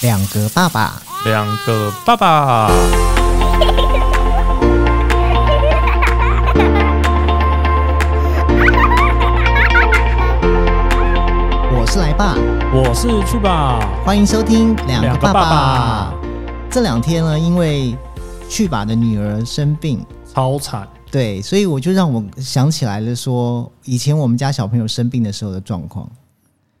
两个爸爸，两个爸爸。我是来爸，我是去吧，欢迎收听两个爸两个爸这两天呢，因为去吧的女儿生病，超惨。对，所以我就让我想起来了说，以前我们家小朋友生病的时候的状况。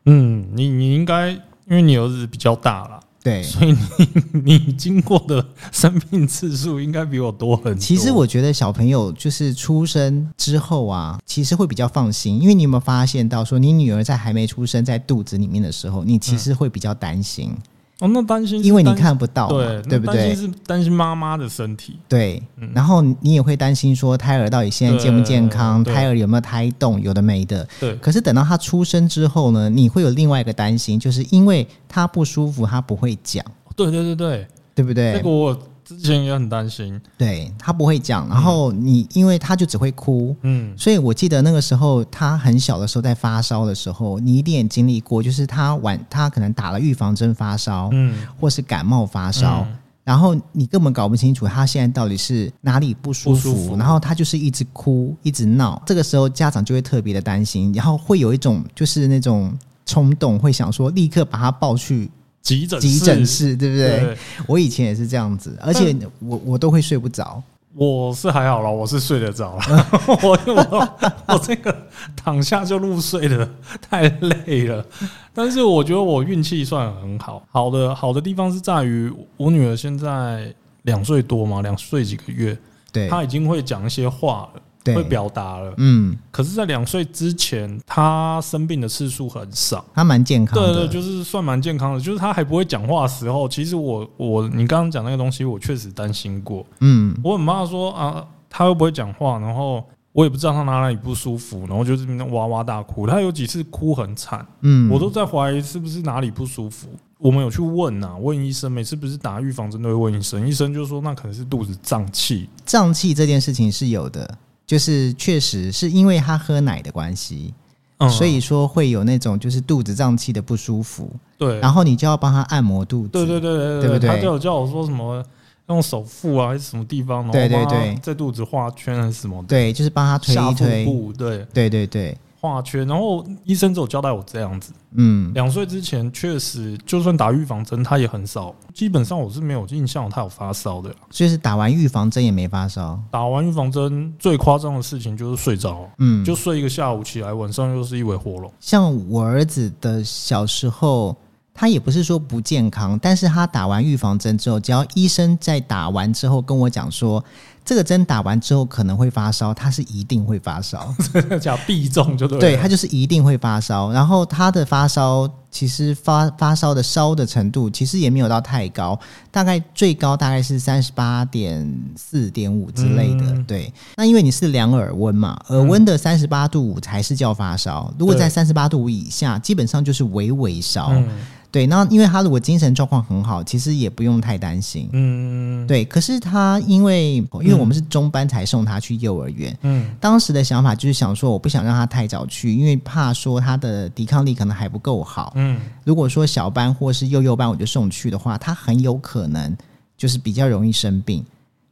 嗯，你你应该，因为你儿子比较大 啦，对，所以你你经过的生病次数应该比我多很多。其实我觉得小朋友就是出生之后啊，其实会比较放心，因为你有没有发现到说，你女儿在还没出生在肚子里面的时候，你其实会比较担心，哦，那担心是因为你担看不到嘛，对对那不担对心？是担心妈妈的身体，对，嗯然后你也会担心说胎儿到底现在健不健康，对对胎儿有没有胎动，有的没的。对可是等到他出生之后呢，你会有另外一个担心，就是因为他不舒服，他不会讲，对对对对，哦对不对？那个我嗯之前也很担心。对他不会讲，然后你因为他就只会哭，嗯，所以我记得那个时候他很小的时候，在发烧的时候，你一定也经历过，就是他晚他可能打了预防针发烧，嗯，或是感冒发烧，然后你根本搞不清楚他现在到底是哪里不舒服，不舒服然后他就是一直哭一直闹，这个时候家长就会特别的担心，然后会有一种就是那种冲动，会想说立刻把他抱去急诊急诊，室，对不对？对，我以前也是这样子，而且我我都会睡不着。我是还好啦，我是睡得着啦。 我我我这个躺下就入睡了，太累了。但是我觉得我运气算很好，好的好的地方是在于我女儿现在两岁多嘛，两岁几个月，对她已经会讲一些话了，对，会表达了。嗯，可是，在两岁之前，她生病的次数很少。他蛮健康对的，对，就是算蛮健康的。就是她还不会讲话的时候，其实我我你刚刚讲那个东西，我确实担心过。嗯，我很怕说啊，他会不会讲话，然后我也不知道他哪里不舒服，然后就是那边哇哇大哭。他有几次哭很惨，嗯，我都在怀疑是不是哪里不舒服。我们有去问呐、问医生，每次不是打预防针都会问医生，医生就说那可能是肚子胀气。胀气这件事情是有的，就是确实是因为他喝奶的关系，嗯，所以说会有那种就是肚子胀气的不舒服，对，然后你就要帮他按摩肚子。对对对对对不对他就有叫我说什么用手腹啊还是什么地方，然后对对帮他对在肚子画圈还是什么的，对就是帮他推下一腹推。部对对对对，画圈，然后医生只有交代我这样子。嗯，两岁之前确实，就算打预防针，他也很少。基本上我是没有印象他有发烧的。就是打完预防针也没发烧。打完预防针，最夸张的事情就是睡着，嗯，就睡一个下午，起来晚上又是一尾活龙。 像我儿子的小时候。他也不是说不健康，但是他打完预防针之后，只要医生在打完之后跟我讲说，这个针打完之后可能会发烧，他是一定会发烧。讲必中就对。对，他，就是一定会发烧。然后他的发烧其实发发烧的烧的程度其实也没有到太高，大概最高大概是三十八点四点五之类的。嗯对，那因为你是量耳温嘛，耳温的三十八度五才是叫发烧，如果在三十八度五以下，基本上就是微微烧。嗯对，那因为他如果精神状况很好，其实也不用太担心。嗯对，可是他因为因为我们是中班才送他去幼儿园，嗯，当时的想法就是想说，我不想让他太早去，因为怕说他的抵抗力可能还不够好。嗯，如果说小班或是幼幼班我就送去的话，他很有可能就是比较容易生病。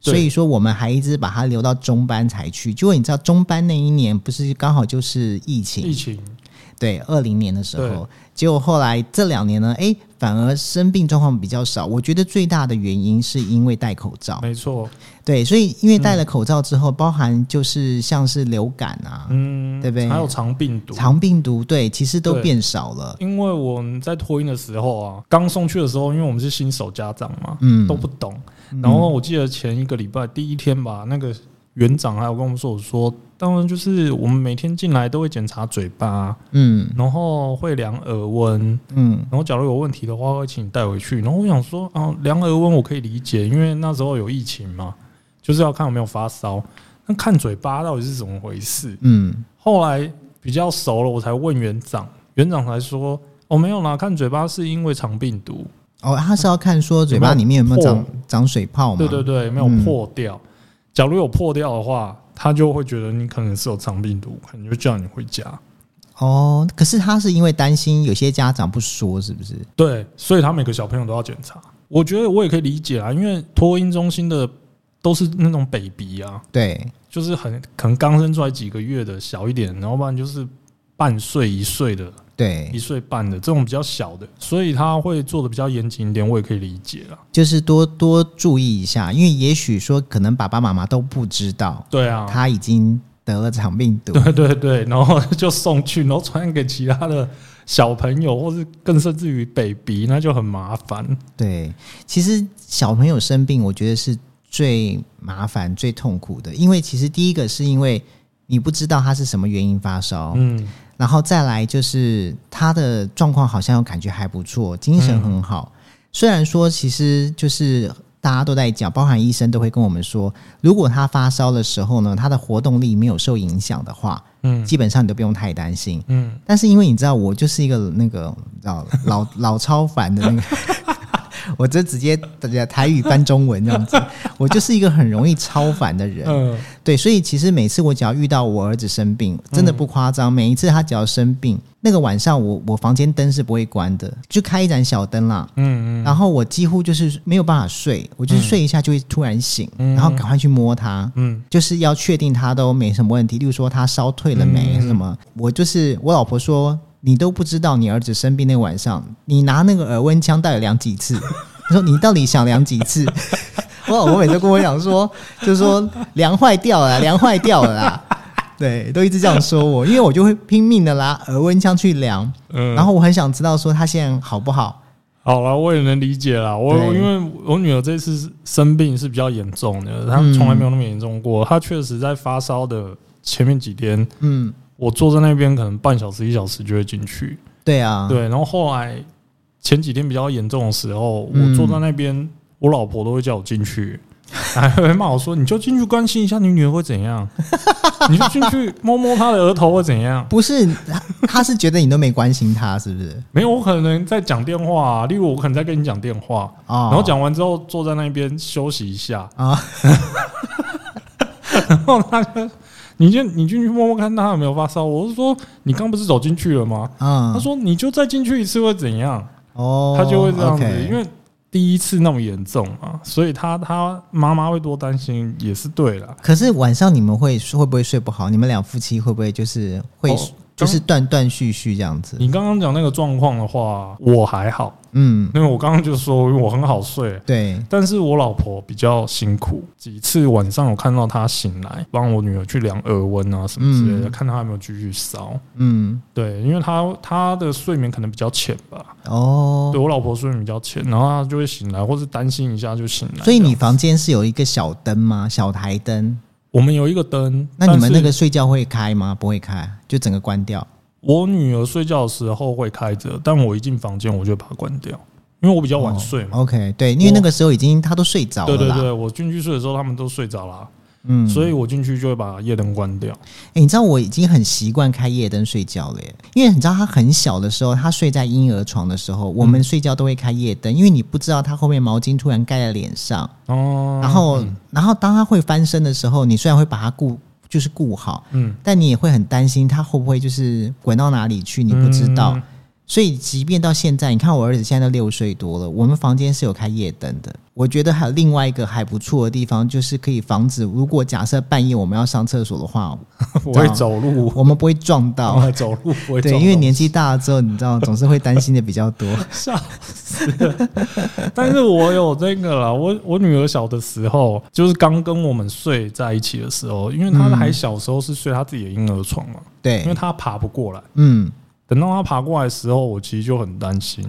对所以说，我们还一直把他留到中班才去。结果你知道，中班那一年不是刚好就是疫疫情，情对，二零年的时候。结果后来这两年呢，哎，反而生病状况比较少。我觉得最大的原因是因为戴口罩。没错，对，所以因为戴了口罩之后，包含就是像是流感啊、嗯，对不对还有肠病毒。肠病毒，对，其实都对变少了。因为我们在托婴的时候啊，刚送去的时候，因为我们是新手家长嘛，嗯都不懂，然后我记得前一个礼拜第一天吧，那个园长还有跟我们说，我说当然就是我们每天进来都会检查嘴巴，嗯然后会量耳温，嗯，然后假如有问题的话会请你带回去。然后我想说啊，量耳温我可以理解，因为那时候有疫情嘛，就是要看有没有发烧。那看嘴巴到底是怎么回事？嗯后来比较熟了，我才问园长，园长才说哦没有啦，看嘴巴是因为肠病毒。哦，他是要看说嘴巴里面有没有有长没长水泡嘛？对对对，没有嗯破掉。假如有破掉的话，他就会觉得你可能是有肠病毒，可能就叫你回家。哦，可是他是因为担心有些家长不说，是不是？对，所以他每个小朋友都要检查。我觉得我也可以理解啊，因为托婴中心的都是那种 baby 啊，对，就是很可能刚生出来几个月的小一点，然后不然就是半岁一岁的、一对，岁半的这种比较小的，所以他会做的比较严谨一点，我也可以理解啊啦。就是多多注意一下，因为也许说可能爸爸妈妈都不知道对啊，他已经得了肠病毒，对对对，然后 就送去，然后传染给其他的小朋友，或是更甚至于 baby，那就很麻烦。对，其实小朋友生病，我觉得是最麻烦、最痛苦的，因为其实第一个是因为你不知道他是什么原因发烧，嗯，然后再来就是他的状况好像又感觉还不错，精神很嗯好。虽然说其实就是大家都在讲，包含医生都会跟我们说，如果他发烧的时候呢，他的活动力没有受影响的话，嗯基本上你都不用太担心。嗯，但是因为你知道，我就是一个那个你知道老老超凡的那个， 我这直接台语翻中文这样子，我就是一个很容易超凡的人。嗯对，所以其实每次我只要遇到我儿子生病，真嗯的不夸张，每一次他只要生病，那个晚上我我房间灯是不会关的，就开一盏小灯啦。嗯然后我几乎就是没有办法睡，我就是睡一下就会突然醒，嗯然后赶快去摸他，嗯就是要确定他都没什么问题，例如说他烧退了没嗯什么。我就是我老婆说，你都不知道你儿子生病那个晚上，你拿那个耳温枪到底量几次？ 你说你到底想量几次？ 我老婆每次跟我讲说，就是说量坏掉了啦，量坏掉了啦。对，都一直这样说我，因为我就会拼命的拿耳温枪去量，嗯。然后我很想知道说他现在好不好。好了，我也能理解啦。我对因为我女儿这次生病是比较严重的，她嗯从来没有那么严重过。她确实在发烧的前面几天，嗯，我坐在那边可能半小时一小时就会进去。对啊，对，然后后来前几天比较严重的时候，嗯我坐在那边，我老婆都会叫我进去， 还会骂我说：“你就进去关心一下你女儿会怎样， 你就进去 摸摸她的额头会怎样。”不是他他是觉得你都没关心他，是不是？没有，我可能在讲电话、啊例如我可能在跟你讲电话，哦，然后讲完之后坐在那边休息一下，啊， 然后他就你就你进去摸摸看他有没有发烧。我是说你刚不是走进去了吗？嗯，他说你就再进去一次会怎样？哦，他就会这样子， OK 因为第一次那么严重嘛，所以他他妈妈会多担心也是对啦。可是晚上你们会会不会睡不好？你们俩夫妻会不会就是会、哦就是断断续续这样子？你刚刚讲那个状况的话，我还好，嗯，因为我刚刚就说我很好睡。对，但是我老婆比较辛苦，几次晚上我看到她醒来，帮我女儿去量额温啊什么之类的，嗯看她有没有继续烧。嗯，对，因为她她的睡眠可能比较浅吧，哦对，我老婆睡眠比较浅，然后她就会醒来，或是担心一下就醒来。所以你房间是有一个小灯吗？小台灯？我们有一个灯，那你但们是那个睡觉会开吗？不会开，就整个关掉。我女儿睡觉的时候会开着，但我一进房间我就把它关掉，因为我比较晚睡嘛。哦 OK，对，因为我那个时候已经他都睡着了对啦。对对，我进去睡的时候他们都睡着啦，嗯，所以我进去就会把夜灯关掉。欸，你知道我已经很习惯开夜灯睡觉了耶，因为你知道他很小的时候，他睡在婴儿床的时候，我嗯们睡觉都会开夜灯，因为你不知道他后面毛巾突然盖在脸上， 哦，然后，然后当他会翻身的时候，你虽然会把他顾就是顾好，嗯，但你也会很担心他会不会就是滚到哪里去，你不知道。嗯所以，即便到现在，你看我儿子现在都六岁多了，我们房间是有开夜灯的。我觉得还有另外一个还不错的地方，就是可以防止，如果假设半夜我们要上厕所的话，我会走路，我们不会撞我到。 会走路，我会走对，路。因为年纪大了之后，你知道总是会担心的比较多。 笑死了。但是我有这个啦，我我女儿小的时候，就是刚跟我们睡在一起的时候，因为她还小时候是睡她自己的婴儿床嘛，因为嗯对，她爬不过来。嗯，等到她爬过来的时候，我其实就很担心，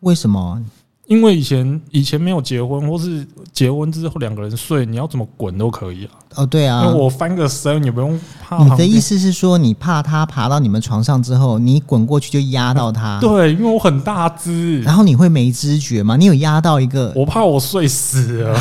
为什么？因为以前以前没有结婚，或是结婚之后两个人睡，你要怎么滚都可以啊。哦，对啊，因为我翻个身，你不用怕你啊旁的边意思是说，你怕他爬到你们床上之后，你滚过去就压到他，，对，因为我很大只，然后你会没知觉吗？你有压到一个？我怕我睡死 了。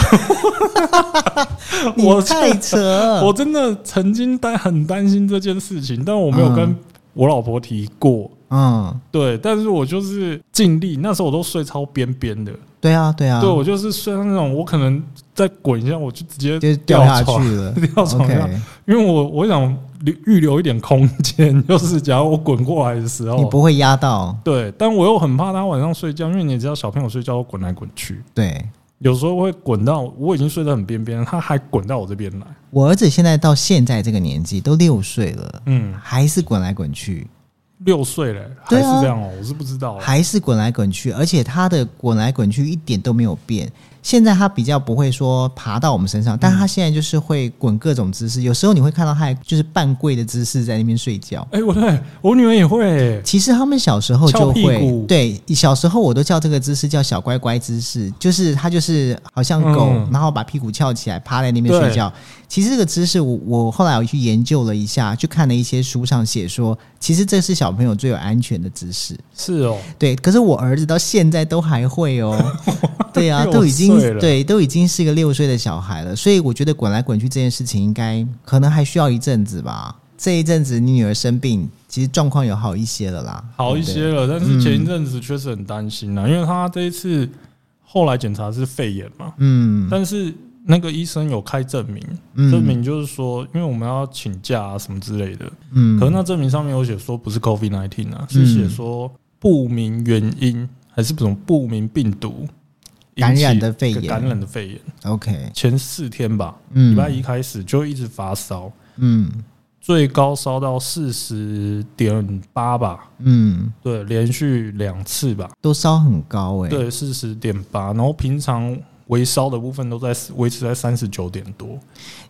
你我太扯了！我真的曾经担很担心这件事情，但我没有跟我老婆提过，嗯，对，但是我就是尽力，那时候我都睡超边边的，对啊，对啊，对我就是睡到那种，我可能再滚一下，我就直接就掉掉下床去了。 掉床上， OK，因为我我想留预留一点空间，就是假如我滚过来的时你候，不会压到，对，但我又很怕他晚上睡觉，因为你也知道小朋友睡觉会滚来滚去，对。有时候会滚到我已经睡得很边边，他还滚到我这边来，我儿子现在到现在这个年纪都六岁了，嗯，还是滚来滚去，六岁嘞，还对是啊这样哦、我是不知道啦，还是滚来滚去，而且他的滚来滚去一点都没有变。现在他比较不会说爬到我们身上，但他现在就是会滚各种姿势，有时候你会看到他还就是半跪的姿势在那边睡觉。哎、我对我女儿也会、欸，其实他们小时候就翘屁会股对，小时候我都叫这个姿势叫小乖乖姿势，就是他就是好像狗，嗯然后把屁股翘起来趴在那边睡觉。其实这个姿势我我后来我去研究了一下，去看了一些书上写说，其实这是小朋友最有安全的姿势。是哦、对，可是我儿子到现在都还会 哦，对啊，六都已经岁了对都已经是一个六岁的小孩了，所以我觉得滚来滚去这件事情应该可能还需要一阵子吧。这一阵子你女儿生病，其实状况有好一些了啦，好一对不对。些了，但是前一阵子确实很担心啊啦，因为他这一次后来检查是肺炎嘛，嗯但是那个医生有开证明，嗯证明就是说，因为我们要请假啊什么之类的，嗯，可是那证明上面有写说不是 COVID nineteen 啊，是写说不明原因还是什么不明病毒引起感染的肺炎感染的肺炎， OK，前四天吧，嗯，礼拜一开始就一直发烧，嗯最高烧到四十点八吧，嗯，对，连续两次吧。都烧很高哎、对，四十点八，然后平常微烧的部分都在维持在三十九点多，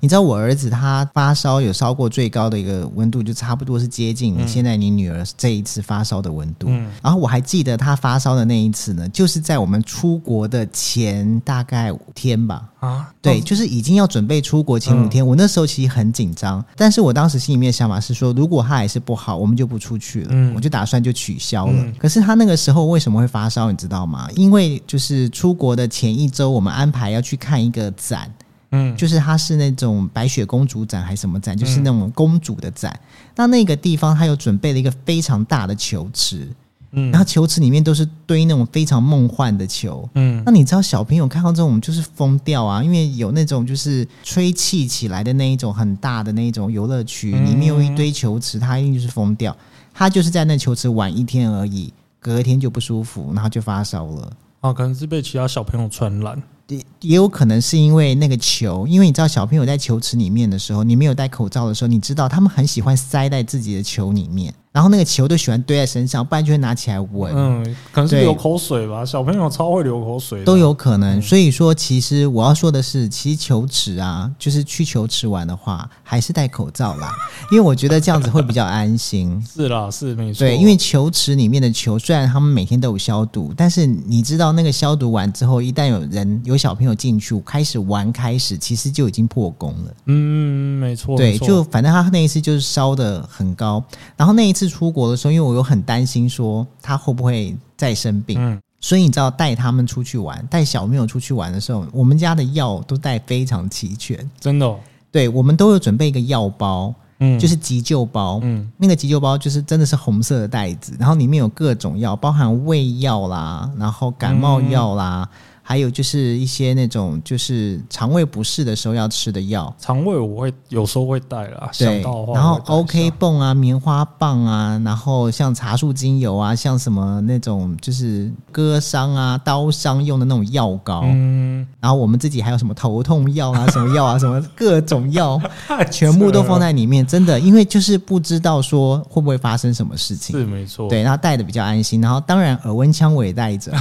你知道我儿子他发烧有烧过最高的一个温度，就差不多是接近你嗯现在你女儿这一次发烧的温度。嗯然后我还记得他发烧的那一次呢，就是在我们出国的前大概五天吧。啊，对，就是已经要准备出国前五嗯天，我那时候其实很紧张，但是我当时心里面想法是说，如果他还是不好，我们就不出去了，嗯我就打算就取消了。嗯可是他那个时候为什么会发烧，你知道吗？因为就是出国的前一周，我们安排要去看一个展，嗯，就是它是那种白雪公主展还是什么展，就是那种公主的展。那那个地方它有准备了一个非常大的球池，嗯然后球池里面都是堆那种非常梦幻的球。嗯那你知道小朋友看到这种就是疯掉啊，因为有那种就是吹气起来的那一种很大的那一种游乐区，嗯里面有一堆球池，他一定就是疯掉。他就是在那球池玩一天而已，隔天就不舒服，然后就发烧了。啊，可能是被其他小朋友传染，也也有可能是因为那个球，因为你知道小朋友在球池里面的时候，你没有戴口罩的时候，你知道他们很喜欢塞在自己的球里面，然后那个球都喜欢堆在身上，不然就会拿起来闻，嗯，可能是对流口水吧，小朋友超会流口水的，都有可能。所以说，其实我要说的是，其实球池啊，就是去球池玩的话，还是戴口罩啦，因为我觉得这样子会比较安 心。是啦，是没错，对，因为球池里面的球，虽然他们每天都有消毒，但是你知道那个消毒完之后，一旦有人有小朋友进去开始玩，开始其实就已经破功了。嗯，没错，对，没错就反正他那一次就是烧的很高，然后那一次出国的时候，因为我有很担心说他会不会再生病，嗯所以你知道带他们出去玩，带小朋友出去玩的时候，我们家的药都带非常齐全，真的哦，对我们都有准备一个药包，嗯，就是急救包。嗯那个急救包就是真的是红色的袋子，然后里面有各种药，包含胃药啦，然后感冒药啦，嗯还有就是一些那种就是肠胃不适的时候要吃的药。肠胃我会有时候会带啦，对想到的，话然后我会带一 OK 下泵啊、棉花棒啊，然后像茶树精油啊，像什么那种就是割伤啊、刀伤用的那种药膏，嗯，然后我们自己还有什么头痛药啊、什么药啊、什么各种药， 太全部都放扯了在里面。真的，因为就是不知道说会不会发生什么事情，是没错，对，然后带的比较安心。然后当然耳温枪我也带 着，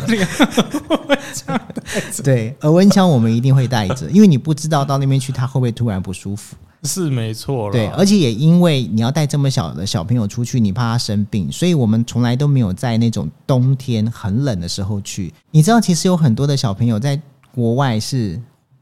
对，耳温枪我们一定会带着，因为你不知道到那边去他会不会突然不舒服。是没错啦，对，而且也因为你要带这么小的小朋友出去，你怕他生病，所以我们从来都没有在那种冬天很冷的时候去。你知道，其实有很多的小朋友在国外是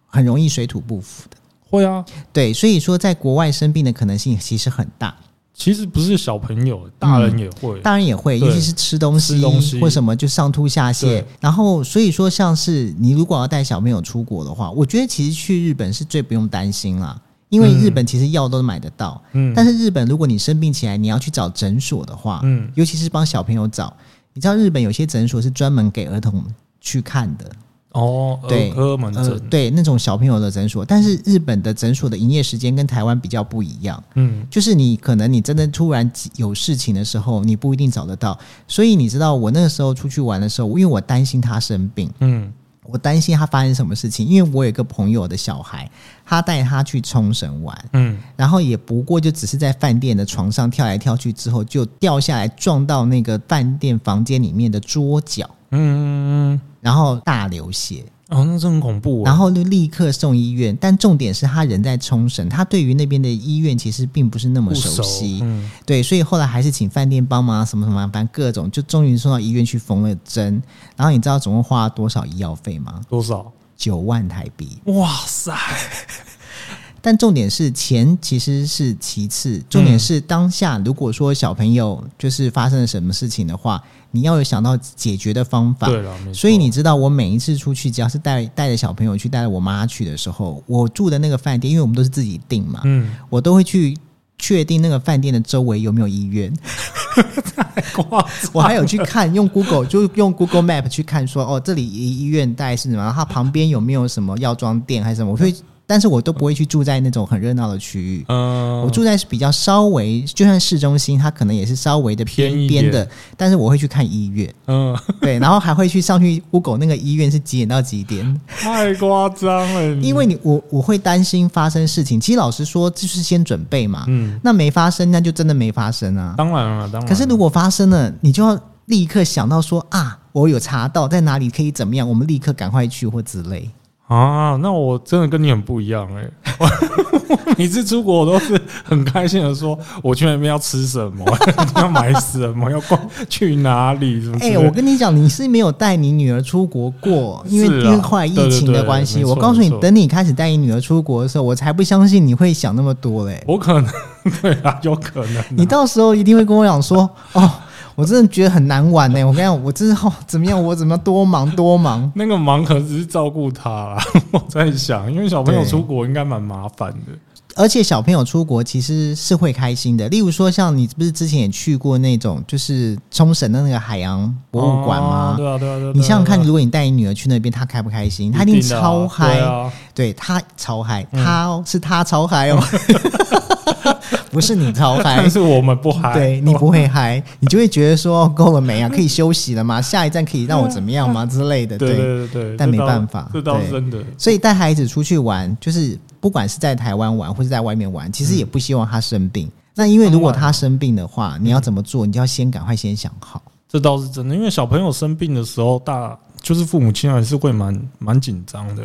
很容易水土不服的，会啊，对，所以说在国外生病的可能性其实很大，其实不是小朋友，大人也会，当然也会，对尤其是吃东西吃东西或什么就上吐下泻对。然后，所以说像是你如果要带小朋友出国的话，我觉得其实去日本是最不用担心啦。因为日本其实药都买得到，嗯，但是是日本如果你生病起来，你要去找诊所的话，嗯尤其是帮小朋友找，你知道日本有些诊所是专门给儿童去看的，哦，对儿科门呃，诊，对那种小朋友的诊所，但是日本的诊所的营业时间跟台湾比较不一样。嗯就是你可能你真的突然有事情的时候，你不一定找得到。所以你知道，我那个时候出去玩的时候，因为我担心他生病，嗯我担心他发生什么事情。因为我有一个朋友的小孩，他带他去冲绳玩，嗯，然后也不过就只是在饭店的床上跳来跳去，之后就掉下来撞到那个饭店房间里面的桌角，嗯嗯，嗯然后大流血，哦，那真很恐怖然啊。后就立刻送医院。但重点是他人在冲绳，他对于那边的医院其实并不是那么不熟熟悉。嗯对，所以后来还是请饭店帮忙啊，什么什么啊，反正各种，就终于送到医院去缝了针。然后你知道总共花了多少医药费吗？多少？九万台币。哇塞！但重点是钱其实是其次，重嗯点是当下如果说小朋友就是发生了什么事情的话，你要有想到解决的方法。对了，没错所以你知道，我每一次出去，只要是带带着小朋友去，带着我妈去的时候，我住的那个饭店，因为我们都是自己订嘛，嗯，我都会去确定那个饭店的周围有没有医 院。哇，我还有去看，用 Google 就用 Google Map 去看说，哦，这里医医院大概是什么，然后它旁边有没有什么药妆店还是什么，我会，但是我都不会去住在那种很热闹的区域。嗯，我住在是比较稍微，就算市中心，它可能也是稍微的偏一偏边的，但是我会去看医 院，嗯，对，然后还会去上去 Google 那个医院是几点到几点，太夸张了，你因为你我我会担心发生事情。其实老实说，就是先准备嘛，嗯，那没发生那就真的没发生啊。当然了，当然了。可是如果发生了，你就要立刻想到说啊，我有查到在哪里可以怎么样，我们立刻赶快去或之类。啊，那我真的跟你很不一样哎、我 每次出国我都是很开心的说，我去那边要吃什么， 要买什么，要逛去哪里，什么之哎、类的。我跟你讲，你是没有带你女儿出国过，因为、是啊因为后来疫情的关系。对对对我告诉没你错没，错等你开始带你女儿出国的时候，我才不相信你会想那么多嘞。我可能 对啊，有可能啊、你到时候一定会跟我讲说，哦，我真的觉得很难玩呢。我跟你讲，我真是、哦、怎么样，我怎么样多忙多忙。那个忙可能只是照顾他啦。 我在想，因为小朋友对出国应该蛮麻烦的。而且小朋友出国其实是会开心的，例如说像你不是之前也去过那种就是冲绳的那个海洋博物馆哦吗？对啊，对啊，对啊。你想想看，对啊如果你带你女儿去那边，她开不开心？她一定的啊超嗨，对啊，对她超嗨，嗯她哦、是她超嗨 哦，不是你超嗨但。是我们不嗨，对你不会 嗨，你就会觉得说够了没啊？可以休息了吗？下一站可以 让我怎么样吗？之类的。对对对对，但这没倒办法这倒对是真的。所以带孩子出去玩，就是不管是在台湾玩或是在外面玩，其嗯实也不希望他生病。那因为如果他生病的话，嗯你要怎么做？你就要先赶快先想好。这倒是真的，因为小朋友生病的时候，大就是父母亲还是会蛮蛮紧张的。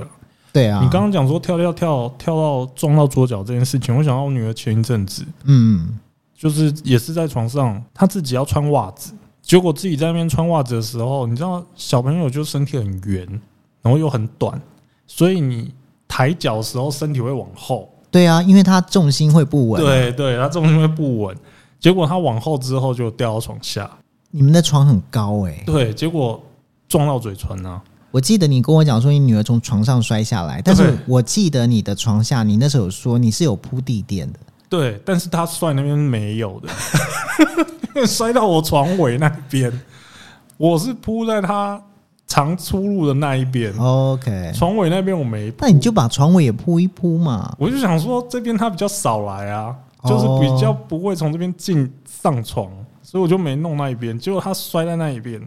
对啊，你刚刚讲说跳跳跳跳到撞到桌角这件事情，我想到我女儿前一阵子嗯就是也是在床上，她自己要穿袜子，结果自己在那边穿袜子的时候，你知道小朋友就身体很圆，然后又很短，所以你抬脚的时候身体会往后，对啊，因为他重心会不稳。，啊对对，她重心会不稳，结果她往后之后就掉到床下，你们的床很高哎、对，结果撞到嘴唇啊。我记得你跟我讲说你女儿从床上摔下来，但是对我记得你的床下，你那时候有说你是有铺地垫的。对，但是他摔那边没有的， 摔到我床尾那边，我是铺在他常出入的那一边， OK，床尾那边我没铺哦那你就把床尾也铺一铺嘛。我就想说这边他比较少来啊，哦就是比较不会从这边进上床，所以我就没弄那一边，结果他摔在那一边，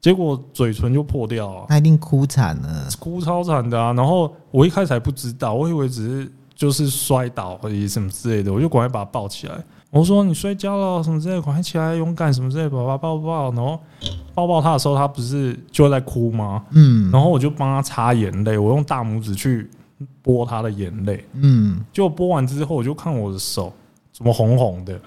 结果嘴唇就破掉啊，他一定哭惨了。哭超惨的啊！然后我一开始还不知道，我以为只是就是摔倒而已什么之类的，我就赶快把他抱起来。我说你摔跤了什么之类的，赶快起来，勇敢什么之类的，把他抱抱。然后抱抱他的时候，他不是就在哭吗？嗯然后我就帮他擦眼泪，我用大拇指去拨他的眼泪。嗯，结果拨完之后，我就看我的手怎么红红的，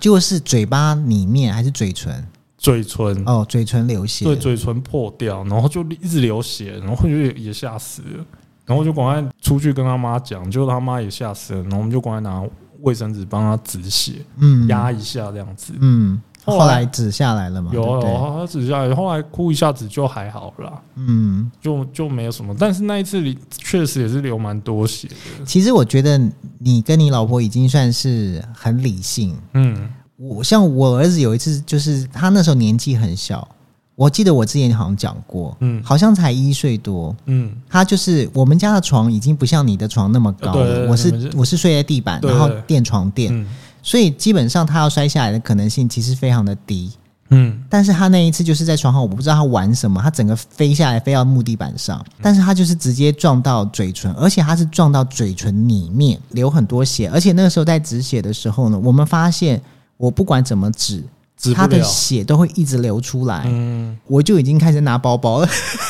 就是嘴巴里面还是嘴唇？嘴唇哦，嘴唇流血。嗯对，嘴唇破掉，然后就一直流血，然后就也吓死了，然后就赶快出去跟他妈讲，结果他妈也吓死了，然后我们就赶快拿卫生纸帮他止血，嗯压一下这样子。嗯，后后来来止下来了嘛？有嗯对哦不有，对？他只下来，后来哭一下子就还好了啦，嗯，就就没有什么。但是那一次里确实也是流蛮多血的，其实我觉得你跟你老婆已经算是很理性。嗯我像我儿子有一次，就是他那时候年纪很小，我记得我之前好像讲过，嗯好像才一岁多。嗯，他就是我们家的床已经不像你的床那么高呃对对了，对我你是们是我是睡在地板，对然后对对垫床垫，嗯所以基本上他要摔下来的可能性其实非常的低。嗯但是他那一次就是在床上，我不知道他玩什么，他整个飞下来飞到木地板上，嗯但是他就是直接撞到嘴唇，而且他是撞到嘴唇里面，流很多血。而且那个时候在止血的时候呢，我们发现我不管怎么止，止不他的了，血都会一直流出来，嗯，我就已经开始拿包包了。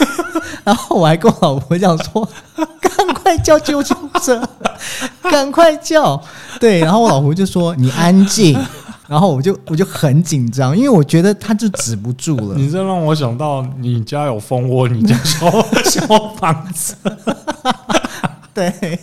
然后我还跟我老婆讲说：“ 赶快叫救护车， 赶快叫！”对，然后我老婆就说：“你安静。” 然后我就我就很紧张，因为我觉得他就止不住了。你这让我想到你家有蜂窝，你家消 消防车，对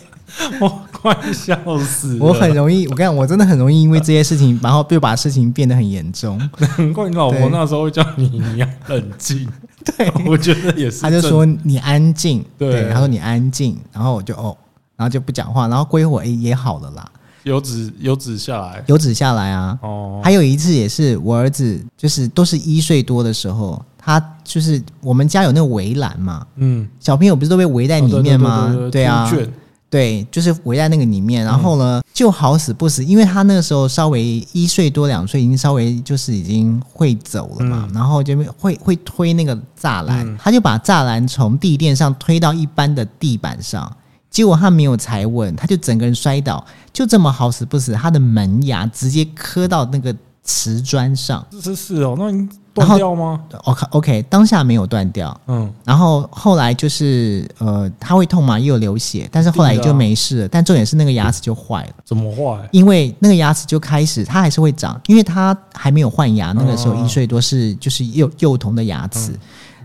我快笑死了，我很容易，我跟你讲，我真的很容易因为这些事情，然后就把事情变得很严重。难怪你老对婆那时候会叫你你要冷静， 对， 我觉得也是，他就说：“你安静。”对他说：“你安静。”然后我就哦，然后就不讲话，然后过一会儿哎也好了啦，有止有止下来，有止下来啊。哦，还有一次也是我儿子，就是都是一岁多的时候，他就是我们家有那个围栏嘛，嗯，小朋友不是都被围在里面吗？哦对对对对对啊猪，圈对，就是围在那个里面。然后呢，就好死不死，因为他那个时候稍微一岁多两岁，已经稍微就是已经会走了嘛，然后就会会推那个栅栏，嗯他就把栅栏从地垫上推到一般的地板上。结果他没有踩稳，他就整个人摔倒，就这么好死不死，他的门牙直接磕到那个瓷砖上。这是是哦，那你断掉吗？ o k OK，当下没有断掉，嗯，然后后来就是呃，他会痛嘛，也有流血，但是后来也就没事了。但重点是那个牙齿就坏了，怎么坏？因为那个牙齿就开始，它还是会长，因为它还没有换牙，那个时候嗯一岁多是就是幼幼童的牙齿。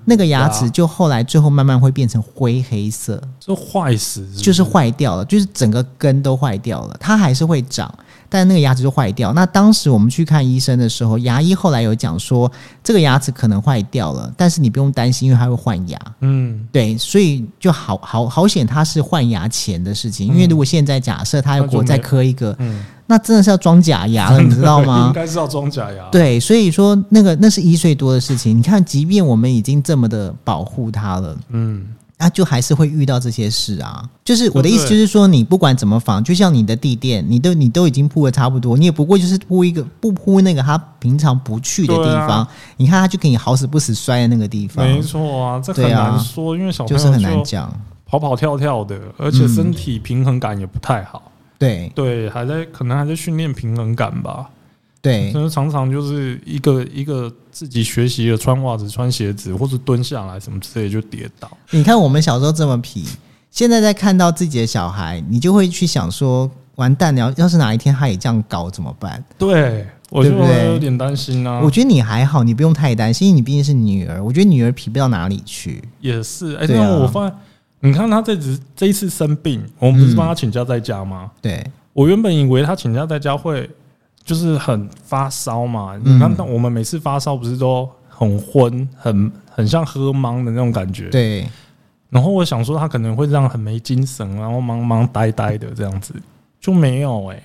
那个牙齿就后来最后慢慢会变成灰黑色，这坏死不就是坏掉了，就是整个根都坏掉了。它还是会长，但那个牙齿就坏掉。那当时我们去看医生的时候，牙医后来有讲说，这个牙齿可能坏掉了，但是你不用担心，因为它会换牙。嗯，对，所以就好好好险，他是换牙前的事情，因为如果现在假设他如那就果没再磕一个，嗯那真的是要装假牙 了，你知道应吗？该是要装假牙。，对，所以说那个那是一岁多的事情，你看，即便我们已经这么的保护他了，嗯，那就还是会遇到这些事啊。就是我的对意不思，对就是说你不管怎么防，就像你的地垫，你都你都已经铺的差不嗯多，你也不过就是铺一个不铺那个他平常不去的地对啊方，你看他就给你好死不死摔在那个地方，没错啊，这很嗯对啊难说，因为小就朋是很友难就讲。跑跑跳跳的，而且身体平衡感也不太好。对对，还在可能还在训练平衡感吧，对，就是常常就是一个一个自己学习的穿袜子、穿鞋子，或者蹲下来什么之类就跌倒。你看我们小时候这么皮，现在在看到自己的小孩，你就会去想说，完蛋了，要是哪一天他也这样搞怎么办？对，我就对不对有点担心啊我。觉得你还好，你不用太担心，因为你毕竟是女儿。我觉得女儿皮不到哪里去。也是，哎，对啊但我发现，你看他这次这一次生病，我们不是帮他请假在家吗？对，我原本以为他请假在家会就是很发烧嘛，嗯你看，我们每次发烧不是都很昏，很很像喝懵的那种感觉。。对，然后我想说他可能会这样很没精神，然后忙忙呆呆的这样子，就没有哎、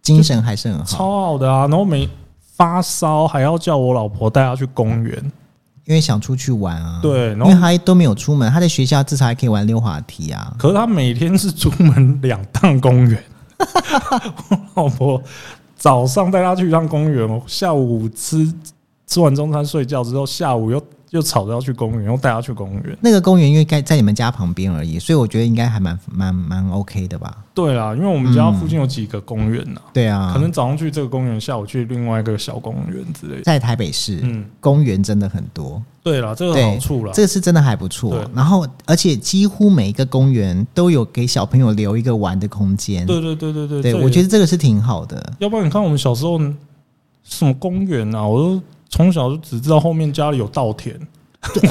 精神还是很好，超好的啊！然后没发烧还要叫我老婆带他去公园，嗯因为想出去玩啊。，对，然因为后。他都没有出门，他在学校至少还可以玩溜滑梯啊。可是他每天是出门两趟公园， 我老婆早上带他去一趟公园，下午吃吃完中餐睡觉之后，下午又又吵着要去公园，又带他去公园。那个公园因为该在你们家旁边而已，所以我觉得应该还蛮蛮蛮 OK 的吧。对啦，因为我们家附近有几个公园呐、对啊，可能早上去这个公园，下午去另外一个小公园之类的。在台北市、嗯，公园真的很多。对啦，这个对好处啦，这个是真的还不错对。然后，而且几乎每一个公园都有给小朋友留一个玩的空间。对对对对对，对，这我也觉得这个是挺好的。要不然你看我们小时候什么公园啊，我都从小就只知道后面家里有稻田，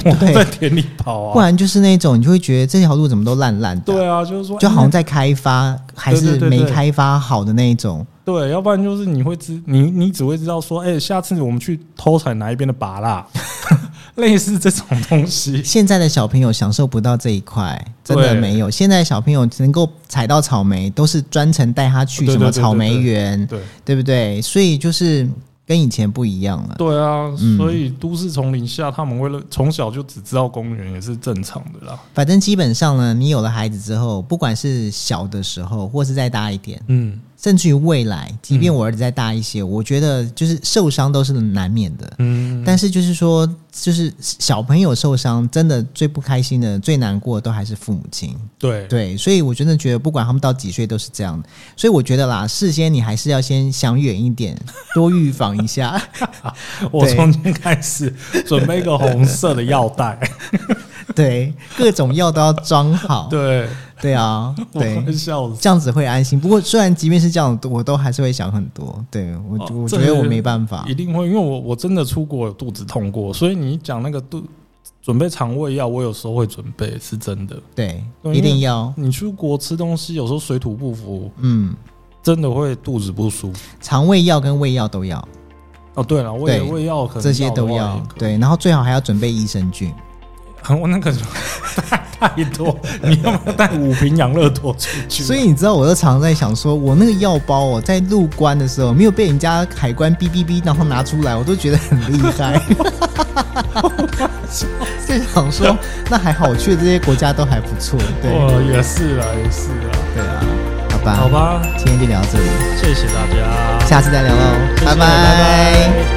我在对，田里跑不啊。然就是那种你就会觉得这条路怎么都烂烂的，对啊，就是说，就好像哎在开发还是对对对没对开发好的那一种。对，要不然就是你会知你你只会知道说，哎、下次我们去偷采哪一边的拔蜡， 类似这种 东西。现在的小朋友享受不到这一块，真的对没有。现在小朋友能够采到草莓，都是专程带他去对什么对对对草莓对园，对对不对？所以就是跟以前不一样了。对啊，嗯所以都市丛林下，他们为了从小就只知道公园也是正常的啦。反正基本上呢，你有了孩子之后，不管是小的时候，或是再大一点，嗯，甚至于未来，即便我儿子再大一些，我觉得就是受伤都是难免的。嗯，但是就是说，就是小朋友受伤，真的最不开心的、最难过的都还是父母亲。对对，所以我真的觉得，不管他们到几岁都是这样的。所以我觉得啦，事先你还是要先想远一点，多预防一下。 我从今天开始准备一个红色的药袋，对，各种药都要装好。 对，对啊，我对会，笑死。这样子会安心。不过虽然即便是这样，我都还是会想很多。对我，哦我这觉得个我没办法一。定会，因为我我真的出国有肚子痛过，所以你讲那个肚准备肠胃药，我有时候会准备，是真的。对，对一因为定要。你出国吃东西，有时候水土不服，嗯，真的会肚子不舒服。肠胃药跟胃药都要，哦，对了，胃对胃药可能这些都的话要也可以。对，然后最好还要准备益生菌。啊 我那个太太多， 你要不要带五瓶养乐多出去？所以你知道，我都常在想说，我那个药包哦，在入关的时候没有被人家海关哔哔哔，然后拿出来，我都觉得很厉 害。就想说，那还好，我去的这些国家都还不错。对，哦，也是啦，也是啦。对啊，好吧，好，吧，今天就聊到这里，谢谢大家，下次再聊喽，谢谢拜拜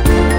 拜